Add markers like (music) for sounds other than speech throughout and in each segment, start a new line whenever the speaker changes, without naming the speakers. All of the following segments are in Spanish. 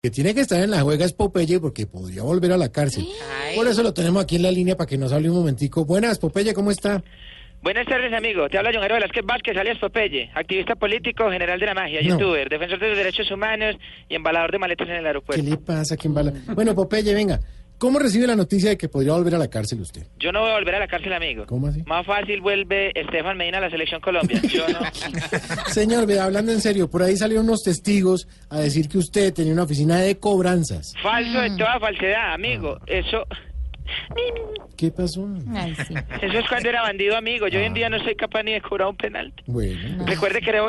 que tiene que estar en la juega es Popeye porque podría volver a la cárcel. Por eso lo tenemos aquí en la línea para que nos hable un momentico. Buenas, Popeye, ¿cómo está?
Buenas tardes, amigo. Te habla John Jairo Velázquez Vázquez, alias Popeye, activista político, general de la magia,
No.
youtuber, defensor de los derechos humanos y embalador de maletas en el
¿Qué
aeropuerto.
le pasa? ¿Quién bala? Bueno, Popeye, venga. ¿Cómo recibe la noticia de que podría volver a la cárcel usted?
Yo no voy a volver a la cárcel, amigo.
¿Cómo así?
Más fácil vuelve Estefan Medina a la
(laughs)
selección Colombia. Yo no.
Señor, vea, hablando en serio, por ahí salieron unos testigos a decir que usted tenía una oficina de cobranzas.
Falso de toda falsedad,
Ah.
amigo. Eso.
¿Qué pasó?
Ay,
(laughs)
sí.
Eso es cuando era bandido, amigo. Yo hoy
Ah.
en día no soy capaz ni de cobrar un penalti.
Bueno,
Recuerde que era...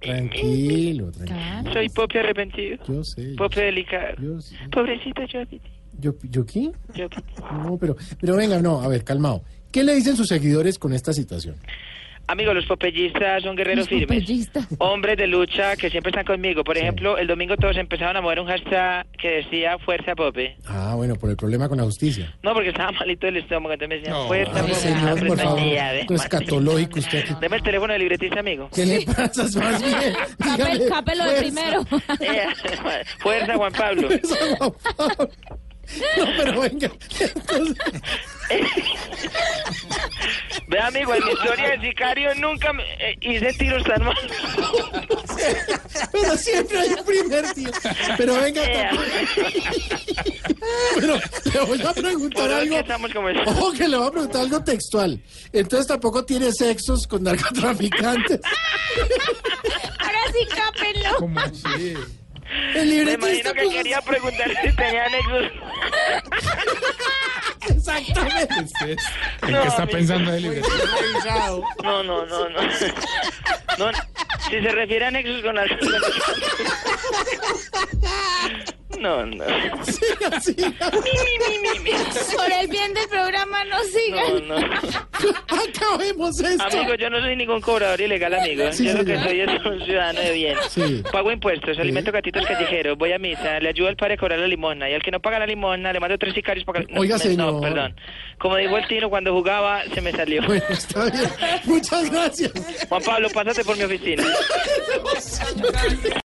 tranquilo, tranquilo.
Claro.
(laughs) soy Pope arrepentido.
Yo sé. yo
Pope delicado.
Yo sí.
Pobrecito yo, Piti,
¿Yo, yo qué?
yo, Piti.
No, pero, pero venga, no, a ver, calmado. ¿Qué le dicen sus seguidores con esta situación?
Amigo, los popellistas son guerreros
Los
firmes.
popellistas.
(laughs) Hombres de lucha que siempre están conmigo. Por ejemplo, el domingo todos empezaron a mover un hashtag que decía Fuerza Pope.
Ah, bueno, por el problema con la justicia.
No, porque estaba (laughs) malito del estómago, entonces me decían Fuerza
Ay,
Pope. Ah, pues,
señor,
hambre,
por
no hay
favor.
día de
Esto es
matar".
catológico usted aquí.
Deme el teléfono del libretista, amigo.
¿Qué le pasa más bien?
Capel,
Dígale,
capelo de
fuerza.
(laughs)
primero.
Eh, Fuerza Juan Pablo.
Eso, pues, por favor. No, pero venga. entonces,
Ve, amigo, en mi historia de sicario nunca me- eh, hice tiros tan malos.
pero siempre hay un primer tío. Pero venga,
Eh,
pero le voy a preguntar
por hoy
algo.
que estamos como
(laughs) Ojo que le voy a preguntar algo textual. Entonces tampoco tiene sexos con narcotraficantes.
Ahora sí, capelo.
El
Me
libretista
imagino que
puso-
quería preguntar si tenía anécdotas.
Exactamente.
¿En
No,
qué está
amigo.
pensando él? Iglesias?
No, no, no, no. No, no. si se refiere a nexus con algo. No, no.
Siga,
(laughs)
siga.
Por el bien del programa, no
No,
sigan.
no.
(laughs) Acabemos esto.
Amigo, yo no soy ningún cobrador ilegal, amigo.
Sí,
yo lo que
señor.
soy es un ciudadano de bien.
Sí.
Pago impuestos, alimento gatitos callejeros, voy a misa, le ayudo al padre a cobrar la limosna. Y al que no paga la limosna, le mando tres sicarios para que... No,
Oiga,
me-
señor.
No, perdón. Como dijo el tino, cuando jugaba, se me salió.
Bueno, está bien. Muchas gracias.
Juan Pablo, pásate por mi oficina.